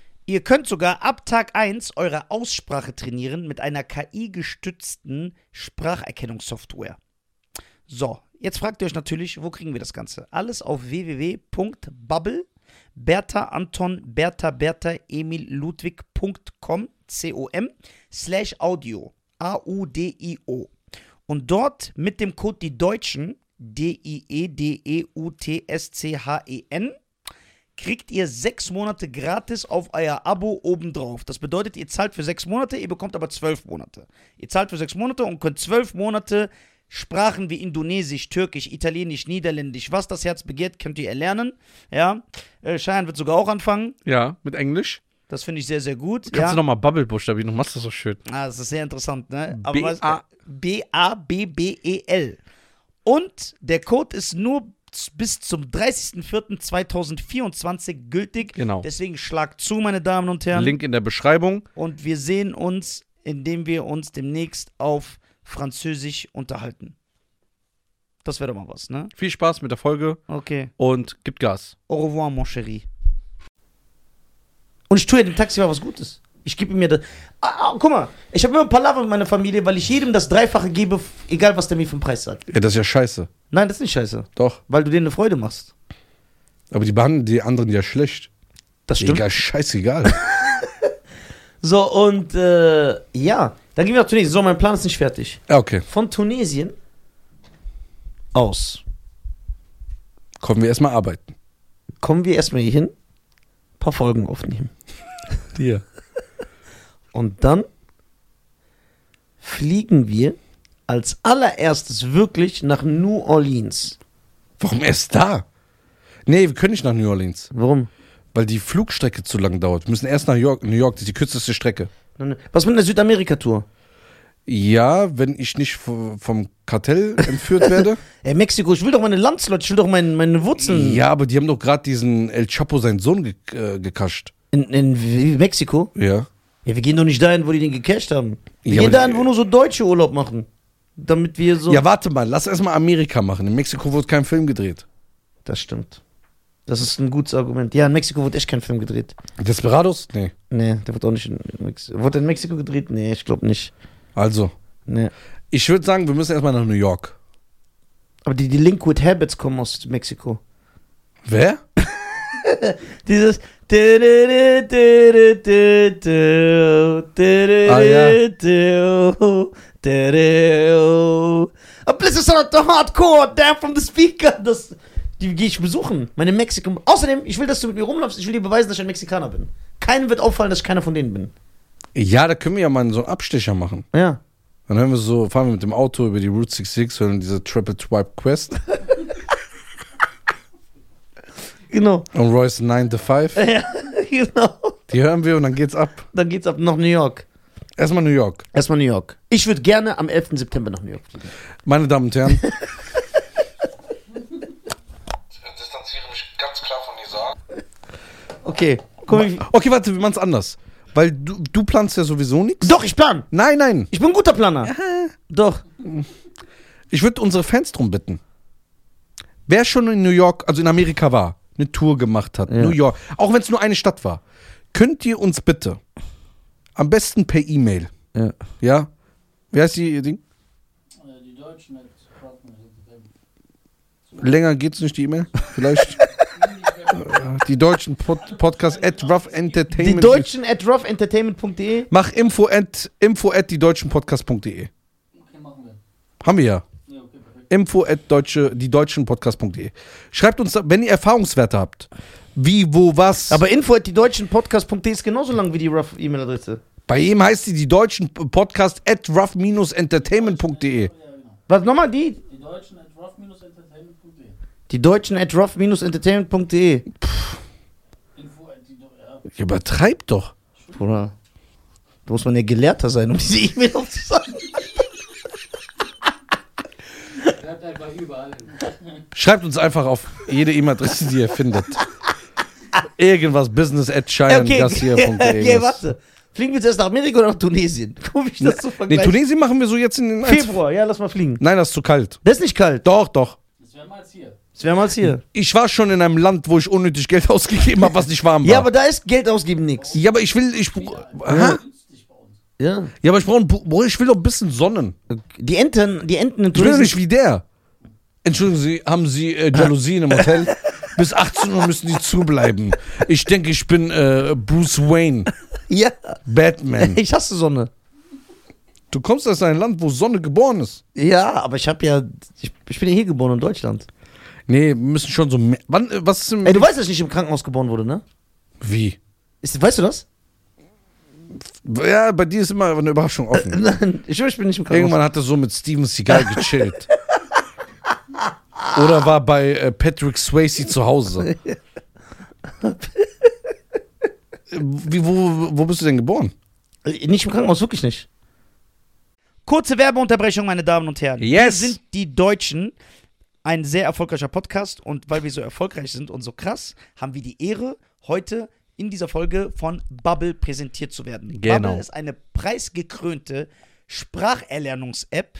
B: Ihr könnt sogar ab Tag 1 eure Aussprache trainieren mit einer KI-gestützten Spracherkennungssoftware. So, jetzt fragt ihr euch natürlich, wo kriegen wir das Ganze? Alles auf www.bubble, Bertha Anton, Bertha Bertha Emil Ludwig.com, C-O-M, slash Audio, A-U-D-I-O. Und dort mit dem Code die Deutschen, E D-I-E-D-E-U-T-S-C-H-E-N, kriegt ihr sechs Monate gratis auf euer Abo obendrauf. Das bedeutet, ihr zahlt für sechs Monate, ihr bekommt aber zwölf Monate. Ihr zahlt für sechs Monate und könnt zwölf Monate Sprachen wie Indonesisch, Türkisch, Italienisch, Niederländisch, was das Herz begehrt, könnt ihr erlernen. Ja, äh, Cheyenne wird sogar auch anfangen.
E: Ja, mit Englisch.
B: Das finde ich sehr, sehr gut.
E: Kannst
B: ja.
E: du nochmal Bubble buchstabieren, du machst das so schön.
B: Ah, das ist sehr interessant, ne?
E: B-
B: weißt du,
E: A-
B: B-A-B-B-E-L. E Und der Code ist nur z- bis zum 30.04.2024 gültig.
E: Genau.
B: Deswegen schlag zu, meine Damen und Herren.
E: Link in der Beschreibung.
B: Und wir sehen uns, indem wir uns demnächst auf Französisch unterhalten. Das wäre doch mal was, ne?
E: Viel Spaß mit der Folge
B: Okay.
E: und gibt Gas.
B: Au revoir, mon chéri. Und ich tue ja dem Taxifahrer was Gutes. Ich gebe ihm mir das. Ah, ah, guck mal, ich habe immer ein Palaver mit meiner Familie, weil ich jedem das Dreifache gebe, f- egal was der mir für einen Preis sagt.
A: Ja, das ist ja scheiße.
B: Nein, das ist nicht scheiße,
A: Doch.
B: weil du denen eine Freude machst.
A: Aber die behandeln die anderen ja schlecht.
B: Das stimmt.
A: Egal, scheißegal.
B: So, und äh, ja, dann gehen wir nach Tunesien. So, mein Plan ist nicht fertig.
A: ja, Ah, okay.
B: Von Tunesien aus
A: Kommen wir erstmal arbeiten.
B: kommen wir erstmal hier hin, ein paar Folgen aufnehmen.
A: Dir.
B: Und dann fliegen wir als allererstes wirklich nach New Orleans.
A: Warum erst da? Nee, wir können nicht nach New Orleans.
B: Warum?
A: Weil die Flugstrecke zu lang dauert. Wir müssen erst nach York, New York, das ist die kürzeste Strecke.
B: Was mit einer Südamerika-Tour?
A: Ja, wenn ich nicht v- vom Kartell entführt werde.
B: Ey, Mexiko, ich will doch meine Landsleute, ich will doch mein, meine Wurzeln.
A: ja, aber die haben doch gerade diesen El Chapo, seinen Sohn, ge äh, gekascht.
B: In, in wie- Mexiko?
A: Ja.
B: Ja, wir gehen doch nicht dahin, wo die den gecasht haben. Wir
A: Ja,
B: gehen
A: aber-
B: dahin, wo nur so Deutsche Urlaub machen. Damit wir so.
A: Ja, warte mal, lass erstmal Amerika machen. In Mexiko wurde kein Film gedreht.
B: Das stimmt. Das ist ein gutes Argument. Ja, in Mexiko wurde echt kein Film gedreht.
A: Desperados? Nee.
B: Nee, der wurde auch nicht in Mexiko. Wurde in Mexiko gedreht? Nee, ich glaube nicht.
A: Also,
B: Nee.
A: ich würde sagen, wir müssen erstmal nach New York.
B: Aber die, die Liquid Habits kommen aus Mexiko.
A: Wer?
B: Dieses. Ah, ja. Bliss is not the hardcore, damn from the speaker. Das, die gehe ich besuchen. Meine Mexiko. Außerdem, ich will, dass du mit mir rumläufst. Ich will dir beweisen, dass ich ein Mexikaner bin. Keinem wird auffallen, dass ich keiner von denen bin.
A: Ja, da können wir ja mal so einen Abstecher machen.
B: Ja.
A: Dann hören wir so, fahren wir mit dem Auto über die Route 66, hören diese Triple Twipe Quest
B: Genau.
A: und Royce 9 to 5.
B: Ja, genau.
A: Die hören wir und dann geht's ab.
B: Dann geht's ab nach New York.
A: Erstmal New York.
B: Erstmal New York. Ich würde gerne am 11. September nach New York fliegen.
A: Meine Damen und Herren,
F: distanziere mich ganz klar von dieser.
B: Okay. Guck, ich,
A: okay, warte, wir machen's anders. Weil du, du planst ja sowieso nichts.
B: doch, ich plan.
A: Nein, nein.
B: Ich bin ein guter Planer. Doch.
A: Ich würde unsere Fans drum bitten. Wer schon in New York, also in Amerika war, eine Tour gemacht hat, New York, auch wenn es nur eine Stadt war, könnt ihr uns bitte am besten per E-Mail,
B: Ja.
A: ja? Wie heißt die Ding?
D: Äh, Die Deutschen jetzt warten wir jetzt eben.
A: Länger geht's nicht, die E-Mail? Vielleicht. Äh, die deutschen Pod Podcast at Rough
B: Die
A: Entertainment.
B: Deutschen at roughentertainment.de.
A: Mach info at, info at die deutschenpodcast.de.
D: Okay, machen wir.
A: E. Haben wir ja.
D: Ja, okay, perfekt.
A: info at deutsche, die deutschenpodcast.de. E. Schreibt uns, da- wenn ihr Erfahrungswerte habt. Wie, wo, was.
B: Aber info at die deutschen Podcast.de ist genauso lang wie die rough E-Mail-Adresse.
A: Bei ihm heißt sie die deutschen Podcast at rough-entertainment.de.
B: Was nochmal die?
D: Die Deutschen at rough-entertainment.de.
B: Die Deutschen at rough-entertainment.de.
D: Info at die Do- ja.
A: Übertreib doch.
B: Bruder. Da muss man ja Gelehrter sein, um diese E-Mail aufzusagen.
D: Bleibt einfach überall. hin.
A: Schreibt uns einfach auf jede E-Mail-Adresse, die ihr findet. Irgendwas business at
B: Okay,
A: shirengassier.de.
B: okay, warte. Fliegen wir jetzt erst nach Amerika oder nach Tunesien? Guck, wie ich das so
A: Nee,
B: vergleiche.
A: Tunesien machen wir so jetzt in den Einzel-
B: Februar, ja, lass mal fliegen.
A: Nein, das ist zu kalt.
B: Das ist nicht kalt.
A: Doch, doch.
D: Das wären wir jetzt hier.
B: Das wären wir jetzt hier.
A: Ich war schon in einem Land, wo ich unnötig Geld ausgegeben habe, was nicht warm war.
B: Ja, aber da ist Geld ausgeben nix.
A: ja, aber ich will, ich, Hä?
D: Günstig bei uns.
B: Ja.
A: ja, aber ich brauche, boah, ich will doch ein bisschen Sonnen.
B: Die Enten, die Enten in
A: Ich bin doch
B: Tunesien.
A: nicht wie der. Entschuldigen Sie, haben Sie äh, Jalousien im Hotel? Bis 18 Uhr müssen die zubleiben. Ich denke, ich bin äh, Bruce Wayne,
B: Ja,
A: Batman.
B: ich hasse Sonne.
A: Du kommst aus einem Land, wo Sonne geboren ist.
B: Ja, aber ich habe ja, ich, ich bin ja hier geboren in Deutschland.
A: Nee, wir müssen schon so. mehr- Wann, äh, was ist im.
B: Ey, du weißt, dass ich nicht im Krankenhaus geboren wurde, ne?
A: Wie?
B: Ist, weißt du das?
A: Ja, bei dir ist immer eine Überraschung offen.
B: Nein, ich schwör, ich bin nicht im Krankenhaus.
A: Irgendwann hat er so mit Steven Seagal gechillt. Oder war bei äh, Patrick Swayze zu Hause. Äh, Wie, wo, wo bist du denn geboren?
B: Äh, Nicht im Krankenhaus, wirklich nicht. Kurze Werbeunterbrechung, meine Damen und Herren.
A: Yes.
B: Wir sind die Deutschen, ein sehr erfolgreicher Podcast und weil wir so erfolgreich sind und so krass, haben wir die Ehre, heute in dieser Folge von Bubble präsentiert zu werden.
A: Genau.
B: Bubble ist eine preisgekrönte Spracherlernungs-App,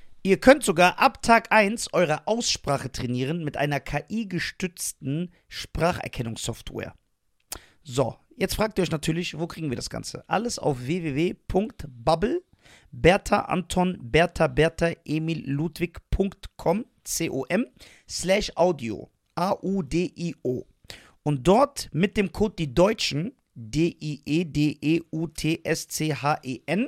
B: Ihr könnt sogar ab Tag 1 eure Aussprache trainieren mit einer KI-gestützten Spracherkennungssoftware. So, jetzt fragt ihr euch natürlich, wo kriegen wir das Ganze? Alles auf www.bubble, Bertha Anton, Bertha Bertha Emil Ludwig.com, C-O-M, slash Audio, A-U-D-I-O. Und dort mit dem Code E die Deutschen, D-I-E-D-E-U-T-S-C-H-E-N,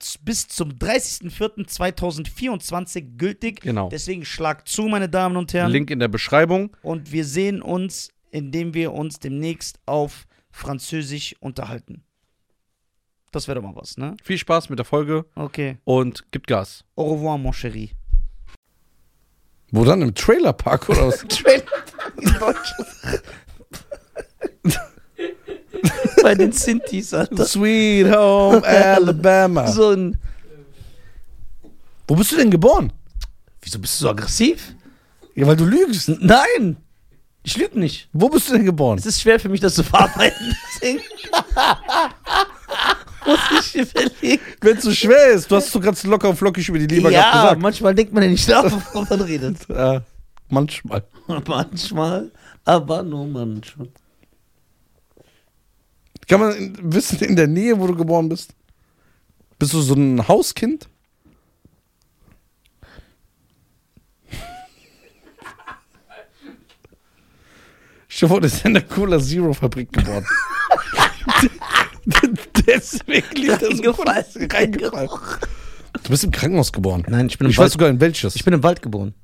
B: z- bis zum 30.04.2024 gültig.
E: Genau.
B: Deswegen schlagt zu, meine Damen und Herren.
E: Link in der Beschreibung.
B: Und wir sehen uns, indem wir uns demnächst auf Französisch unterhalten. Das wäre doch mal was, ne?
E: Viel Spaß mit der Folge
B: Okay.
E: und gibt Gas.
B: Au revoir, mon chéri.
A: Wo dann? Im Trailerpark oder was?
B: Bei den Sintis, Alter.
A: Sweet Home Alabama.
B: So ein.
A: Wo bist du denn geboren?
B: Wieso bist du so aggressiv?
A: Ja, weil du lügst.
B: Nein! Ich lüge nicht.
A: Wo bist du denn geboren?
B: Es ist schwer für mich, das zu verarbeiten. Deswegen muss ich überlegen.
A: Wenn es so schwer ist, du hast so ganz locker und flockig über die Leber
B: ja,
A: gerade
B: manchmal denkt man ja nicht nach, wovon man redet.
A: gesagt. Äh, manchmal.
B: Manchmal, aber nur manchmal.
A: Kann man in, wissen, in der Nähe, wo du geboren bist? Bist du so ein Hauskind? Stell dir vor, das ist in der Cola Zero Fabrik geboren. Deswegen liegt das so
B: Reingefallen.
A: reingefallen. Du bist im Krankenhaus geboren.
B: Nein, ich bin im
A: Ich
B: Wald.
A: weiß sogar in welches.
B: ich bin im Wald geboren.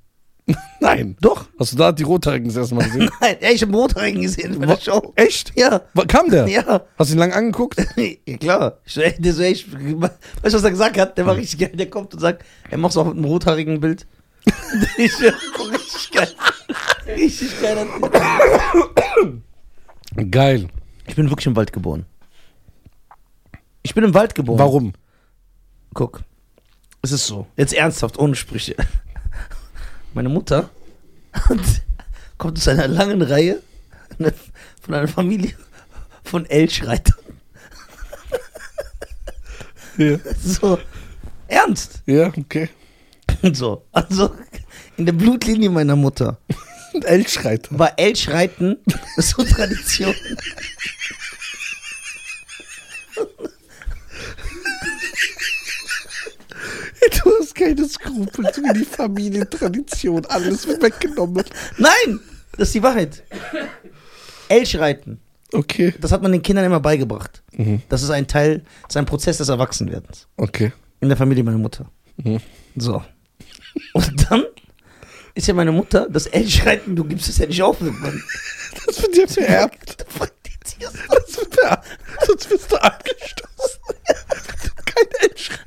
A: Nein. Doch. Hast du da die Rothaarigen das erste Mal gesehen?
B: Nein, ey, ich habe Rothaarigen gesehen bei der Show.
A: Echt?
B: Ja.
A: Wa- Kam der?
B: Ja.
A: Hast du ihn lange angeguckt?
B: ja, klar. Ich, so, ey, der so, ey, ich, weißt du, was er gesagt hat? Der war richtig geil. Der kommt und sagt, er macht auch mit einem rothaarigen ein Bild. ich, richtig geil. Richtig geil.
A: Geil.
B: Ich bin wirklich im Wald geboren. Ich bin im Wald geboren.
A: Warum?
B: Guck. Es ist so. Jetzt ernsthaft, ohne Sprüche. Meine Mutter kommt aus einer langen Reihe von einer Familie von Elschreitern.
A: Ja.
B: So. Ernst.
A: Ja, okay.
B: So. Also in der Blutlinie meiner Mutter
A: Ein Elchreiter.
B: war Elschreiten so Tradition.
A: Du hast keine Skrupel, so wie die Familientradition. Alles wird weggenommen.
B: Nein, das ist die Wahrheit. Elschreiten.
A: Okay,
B: Das hat man den Kindern immer beigebracht. Das ist ein Teil, das ist ein Prozess des Erwachsenwerdens.
A: Mhm, okay.
B: In der Familie meiner Mutter.
A: Mhm.
B: So. Und dann ist ja meine Mutter, das Elschreiten, du gibst es ja nicht auf irgendwann.
A: Das wird dir vererbt.
B: Du praktizierst
A: Das wird vererbt. Sonst wirst du abgestoßen. Du kein Elchreiter.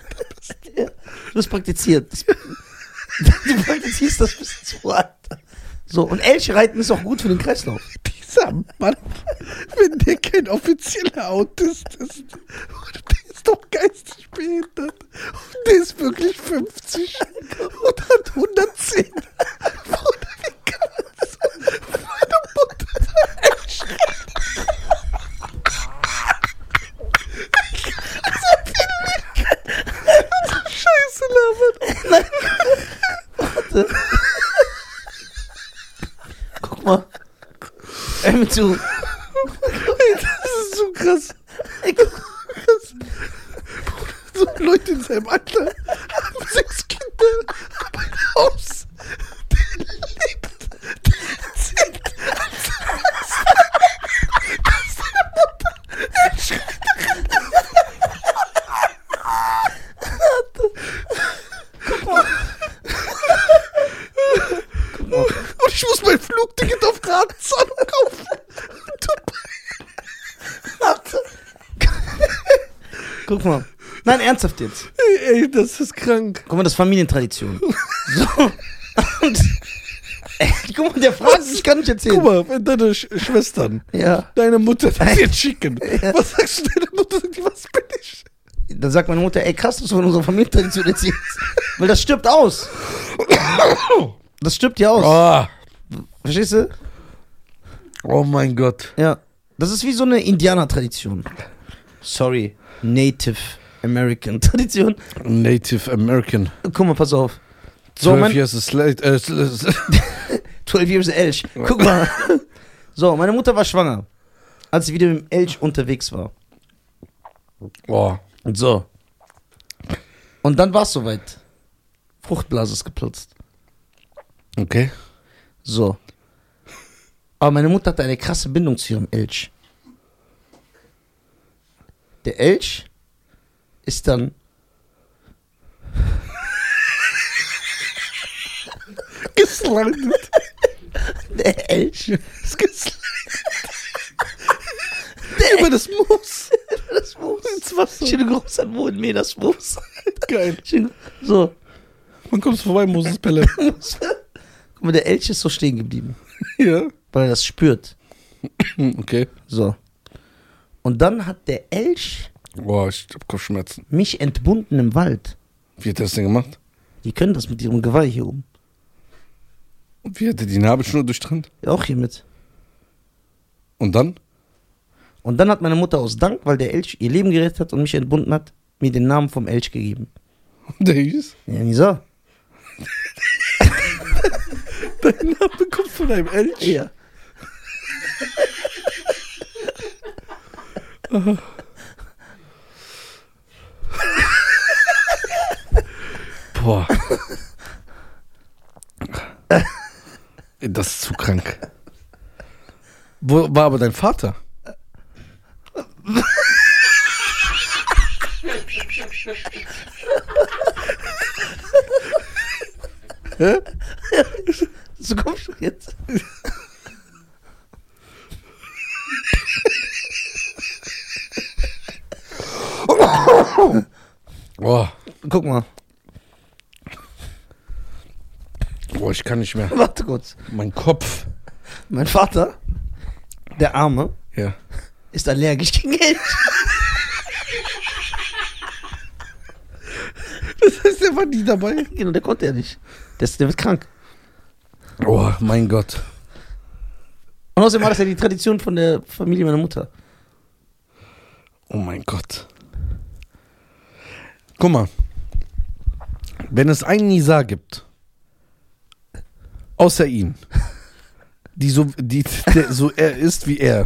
B: Ja, du hast praktiziert. Das- Du praktizierst das bis zu alt. So, und Elchreiten ist auch gut für den Kreislauf.
A: Dieser Mann, wenn der kein offizieller Autist ist, der ist doch geistig behindert. Und der ist wirklich 50 und hat 110. Bruder, wie kann das sein? Meine Mutter ist ein Elchreiter. Scheiße labert.
B: Guck mal. Hör mir zu.
A: Ey, das ist so krass.
B: Ey, guck mal.
A: So Leute in seinem Alter haben sechs Kinder, haben ein Haus. Der lebt, der erzählt, als- als- als seine Mutter einen Schritt- Und ich muss mein Flugticket auf Ratenzahlung kaufen.
B: Guck mal. Nein, ernsthaft jetzt.
A: Ey, das ist krank.
B: Guck mal, das ist Familientradition. So. Und, ey, guck mal, der fragt, ich kann nicht erzählen.
A: Guck mal, wenn deine Sch Schwestern
B: Ja.
A: Deine Mutter sagt dir Chicken. Was sagst du deiner Mutter? Sagt die, was bin ich?
B: Dann sagt meine Mutter, ey, krass, dass du von unserer Familientradition erzählst. Weil das stirbt aus. Das stirbt ja aus.
A: Oh,
B: Verstehst du?
A: oh mein Gott.
B: Ja. Das ist wie so eine Indianer-Tradition. Sorry. Native American Tradition.
A: Native American.
B: Guck mal, pass auf. So, mein,
A: Years a slave. Äh, sl- sl-
B: 12 Years Elch. Guck mal. So, meine Mutter war schwanger, als sie wieder mit dem Elch unterwegs war.
A: oh.
B: Und so. Und dann war es soweit. Fruchtblase ist geplatzt.
A: Okay.
B: So. Aber meine Mutter hatte eine krasse Bindung zu ihrem Elch. Der Elch ist dann.
A: Geslandet.
B: Der Elch ist gesl-
A: Über das Moos.
B: das Moos. Schöne Grüße an Wohnen mir das Moos.
A: Geil.
B: Schöne- So.
A: Wann kommst du vorbei, Moses Pelle?
B: Guck mal, der Elch ist so stehen geblieben,
A: ja. Hm,
B: weil er das spürt.
A: Okay.
B: So. Und dann hat der Elch
A: Boah, ich hab Kopfschmerzen.
B: mich entbunden im Wald.
A: Wie hat er das denn gemacht?
B: Die können das mit ihrem Geweih hier oben.
A: Und Wie hat er die Nabelschnur durchtrennt?
B: Auch hier mit.
A: Und dann?
B: Und dann hat meine Mutter aus Dank, weil der Elch ihr Leben gerettet hat und mich entbunden hat, mir den Namen vom Elch gegeben.
A: Und der hieß?
B: Ja, wieso?
A: Dein Name kommt von einem Elch.
B: Ja.
A: Boah. Ey, das ist zu krank. Wo war aber dein Vater?
B: So kommst du jetzt.
A: Boah.
B: Guck mal,
A: Boah, ich kann nicht mehr.
B: warte kurz.
A: Mein Kopf.
B: Mein Vater, der Arme,
A: Ja.
B: ist allergisch gegen Elch.
A: Das heißt, er war nie dabei.
B: Genau, der konnte ja nicht. Der, ist- der wird krank.
A: Oh, mein Gott.
B: Und außerdem war das ja die Tradition von der Familie meiner Mutter.
A: Oh mein Gott. Guck mal. Wenn es einen Nisa gibt, außer ihn, die so, die, der so er ist wie er,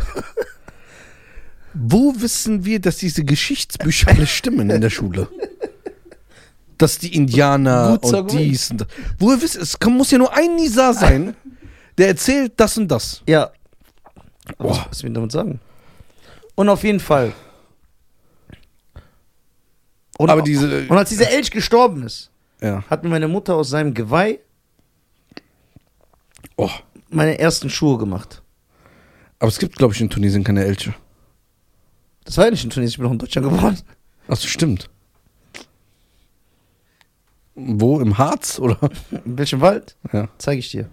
A: wo wissen wir, dass diese Geschichtsbücher alle stimmen in der Schule? Dass die Indianer
B: Gutes
A: und
B: Argument.
A: dies und das. Woher wissen, es kann, muss ja nur ein Nisa sein, der erzählt das und das.
B: Ja.
A: Boah.
B: Was, was will ich damit sagen? Und auf jeden Fall. Und,
A: Aber diese-
B: und als dieser Elch gestorben ist,
A: Ja.
B: hat mir meine Mutter aus seinem Geweih
A: Oh.
B: meine ersten Schuhe gemacht.
A: Aber es gibt, glaube ich, in Tunesien keine Elche.
B: Das war ja nicht in Tunesien, ich bin noch in Deutschland geboren.
A: Achso, stimmt. Wo? Im Harz? Oder?
B: In welchem Wald?
A: Ja.
B: Zeige ich dir.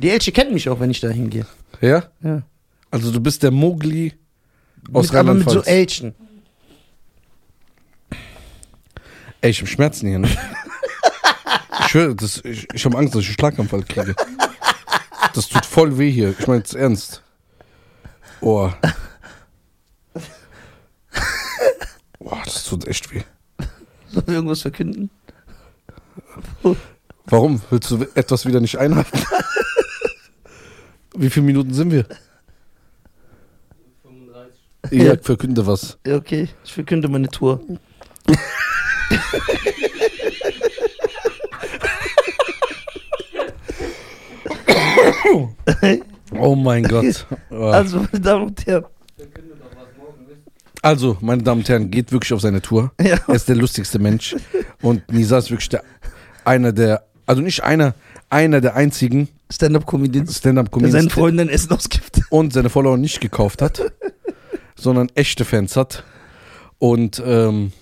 B: Die Elche kennen mich auch, wenn ich da hingehe.
A: Ja?
B: Ja.
A: Also du bist der Mogli aus
B: mit, aber mit so
A: Rheinland-Pfalz. Ey,
B: Elchen.
A: ich hab Schmerzen hier, ne? ich schwöre, das, ich, ich hab Angst, dass ich einen Schlaganfall kriege. Das tut voll weh hier. Ich meine jetzt ernst. Oh. Boah, das tut echt weh.
B: Sollen wir irgendwas verkünden?
A: Warum? Willst du etwas wieder nicht einhalten? Wie viele Minuten sind wir?
D: 35.
A: Ihr verkünde was.
B: Ja, okay. Ich verkünde meine Tour.
A: Oh mein Gott. Oh.
B: Also, meine Damen und Herren.
D: Verkünde doch, was morgen ist.
A: Also, meine Damen und Herren, geht wirklich auf seine Tour.
B: Ja.
A: Er ist der lustigste Mensch. Und Nisa ist wirklich der, einer der, also nicht einer, einer der einzigen
B: Stand-up-Comedian, der seinen
A: Stand-Up-Comedians
B: Freunden Essen ausgibt.
A: und seine Follower nicht gekauft hat, sondern echte Fans hat. Und ähm,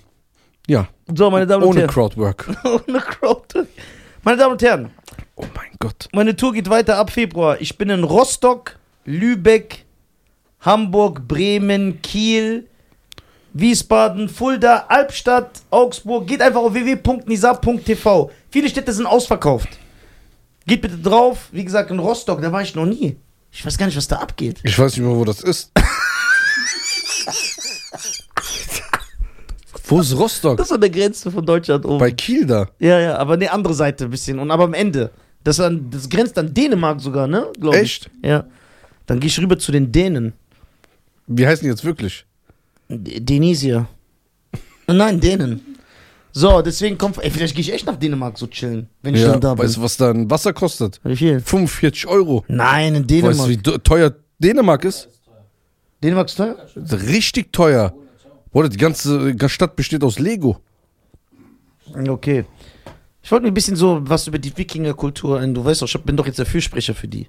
A: ja,
B: So, meine Damen und
A: ohne
B: Herren.
A: Crowdwork.
B: Ohne Crowd. Meine Damen und Herren,
A: Oh mein Gott.
B: meine Tour geht weiter ab Februar. Ich bin in Rostock, Lübeck, Hamburg, Bremen, Kiel, Wiesbaden, Fulda, Albstadt, Augsburg. Geht einfach auf www.nisa.tv. Viele Städte sind ausverkauft. Geht bitte drauf. Wie gesagt, in Rostock, da war ich noch nie. Ich weiß gar nicht, was da abgeht.
A: Ich weiß nicht mehr, wo das ist. Wo ist Rostock?
B: Das ist an der Grenze von Deutschland oben.
A: Bei Kiel da.
B: ja, ja, aber ne, andere Seite ein bisschen. Und aber am Ende. Das, an, das grenzt an Dänemark sogar, ne? Glaub
A: Echt?
B: Ich. Ja. Dann geh ich rüber zu den Dänen.
A: Wie heißen die jetzt wirklich?
B: D Denisier. Nein, Dänen. So, deswegen kommt. Ey, vielleicht gehe ich echt nach Dänemark so chillen, wenn ich
A: Ja,
B: dann da bin.
A: weißt du, was dann Wasser kostet?
B: Wie viel?
A: 45 Euro.
B: Nein, in Dänemark.
A: Weißt du, wie do- teuer Dänemark ist?
B: Dänemark ist teuer?
A: Richtig teuer. Bruder, die ganze Stadt besteht aus Lego.
B: Okay. Ich wollte mir ein bisschen so was über die Wikingerkultur ein. Du weißt doch, ich bin doch jetzt der Fürsprecher für die.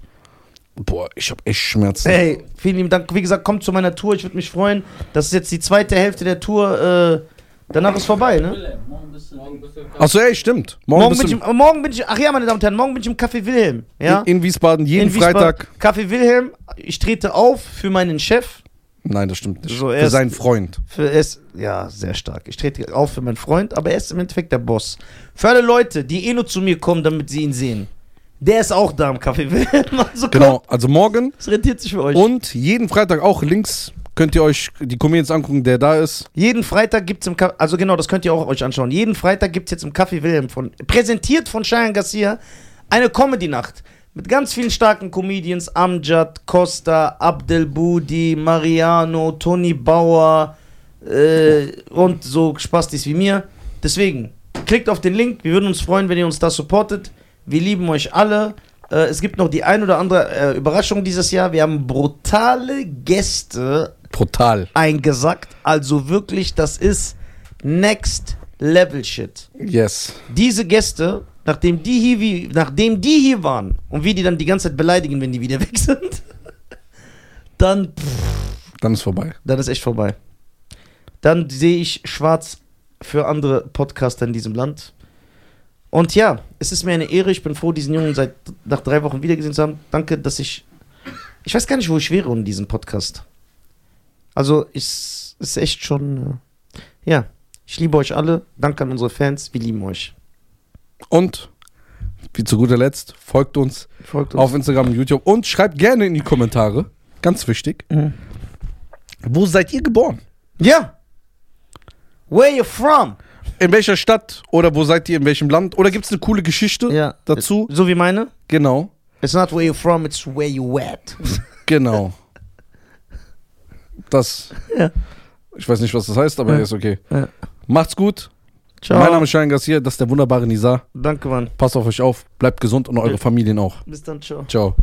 A: Boah, ich hab echt Schmerzen.
B: Hey, vielen lieben Dank. Wie gesagt, kommt zu meiner Tour. Ich würde mich freuen. Das ist jetzt die zweite Hälfte der Tour. Äh, danach ist vorbei, ne?
D: Wilhelm, morgen bist du. Morgen bist du
A: Achso, ey, stimmt. Morgen,
B: Morgen bin,
A: bist
B: ich,
A: du
B: im- morgen bin ich. Ach ja, meine Damen und Herren, morgen bin ich im Café Wilhelm. Ja?
A: in, in Wiesbaden jeden
B: In Wiesbaden.
A: Freitag.
B: Café Wilhelm. Ich trete auf für meinen Chef.
A: Nein, das stimmt nicht.
B: So,
A: Für
B: erst-
A: seinen Freund.
B: Für es, ja, sehr stark. Ich trete auf für meinen Freund, aber er ist im Endeffekt der Boss. Für alle Leute, die eh nur zu mir kommen, damit sie ihn sehen. Der ist auch da im Café Wilhelm. Also
A: Genau, also morgen
B: Es rentiert sich für euch.
A: und jeden Freitag auch links könnt ihr euch die Comedians angucken, der da ist.
B: Jeden Freitag gibt's im Café, also genau, das könnt ihr auch euch anschauen. Jeden Freitag gibt's jetzt im Café Wilhelm von, präsentiert von Cheyenne Garcia, eine Comedy-Nacht. Mit ganz vielen starken Comedians, Amjad, Costa, Abdelbudi, Mariano, Toni Bauer äh, und so Spastis wie mir. Deswegen, klickt auf den Link, wir würden uns freuen, wenn ihr uns da supportet. Wir lieben euch alle. Äh, es gibt noch die ein oder andere äh, Überraschung dieses Jahr. Wir haben brutale Gäste
A: Brutal.
B: eingesackt. Also wirklich, das ist Next Level Shit.
A: Yes.
B: Diese Gäste, nachdem die hier, wie, nachdem die hier waren und wir die dann die ganze Zeit beleidigen, wenn die wieder weg sind, dann, pff,
A: Dann ist vorbei.
B: dann ist echt vorbei. Dann sehe ich schwarz für andere Podcaster in diesem Land. Und ja, es ist mir eine Ehre. Ich bin froh, diesen Jungen seit nach drei Wochen wiedergesehen zu haben. Danke, dass ich. Ich weiß gar nicht, wo ich wäre ohne diesen Podcast. Also, es ist echt schon. äh, Ja, ich liebe euch alle. Danke an unsere Fans. Wir lieben euch.
A: Und wie zu guter Letzt, folgt uns
B: Folgt
A: auf Instagram und YouTube und schreibt gerne in die Kommentare, ganz wichtig,
B: Mhm.
A: wo seid ihr geboren?
B: Ja! Where you from?
A: In welcher Stadt oder wo seid ihr in welchem Land? Oder gibt es eine coole Geschichte
B: Ja.
A: dazu?
B: So wie meine.
A: Genau,
B: It's not where you from, it's where you at.
A: genau. Das.
B: Ja.
A: Ich weiß nicht, was das heißt, aber ist okay.
B: Ja.
A: Macht's gut.
B: Ciao.
A: Mein Name ist Schein Garcia, das ist der wunderbare Nizar.
B: Danke, Mann.
A: Passt auf euch auf, bleibt gesund und eure Familien auch.
B: Bis dann, ciao.
A: Ciao.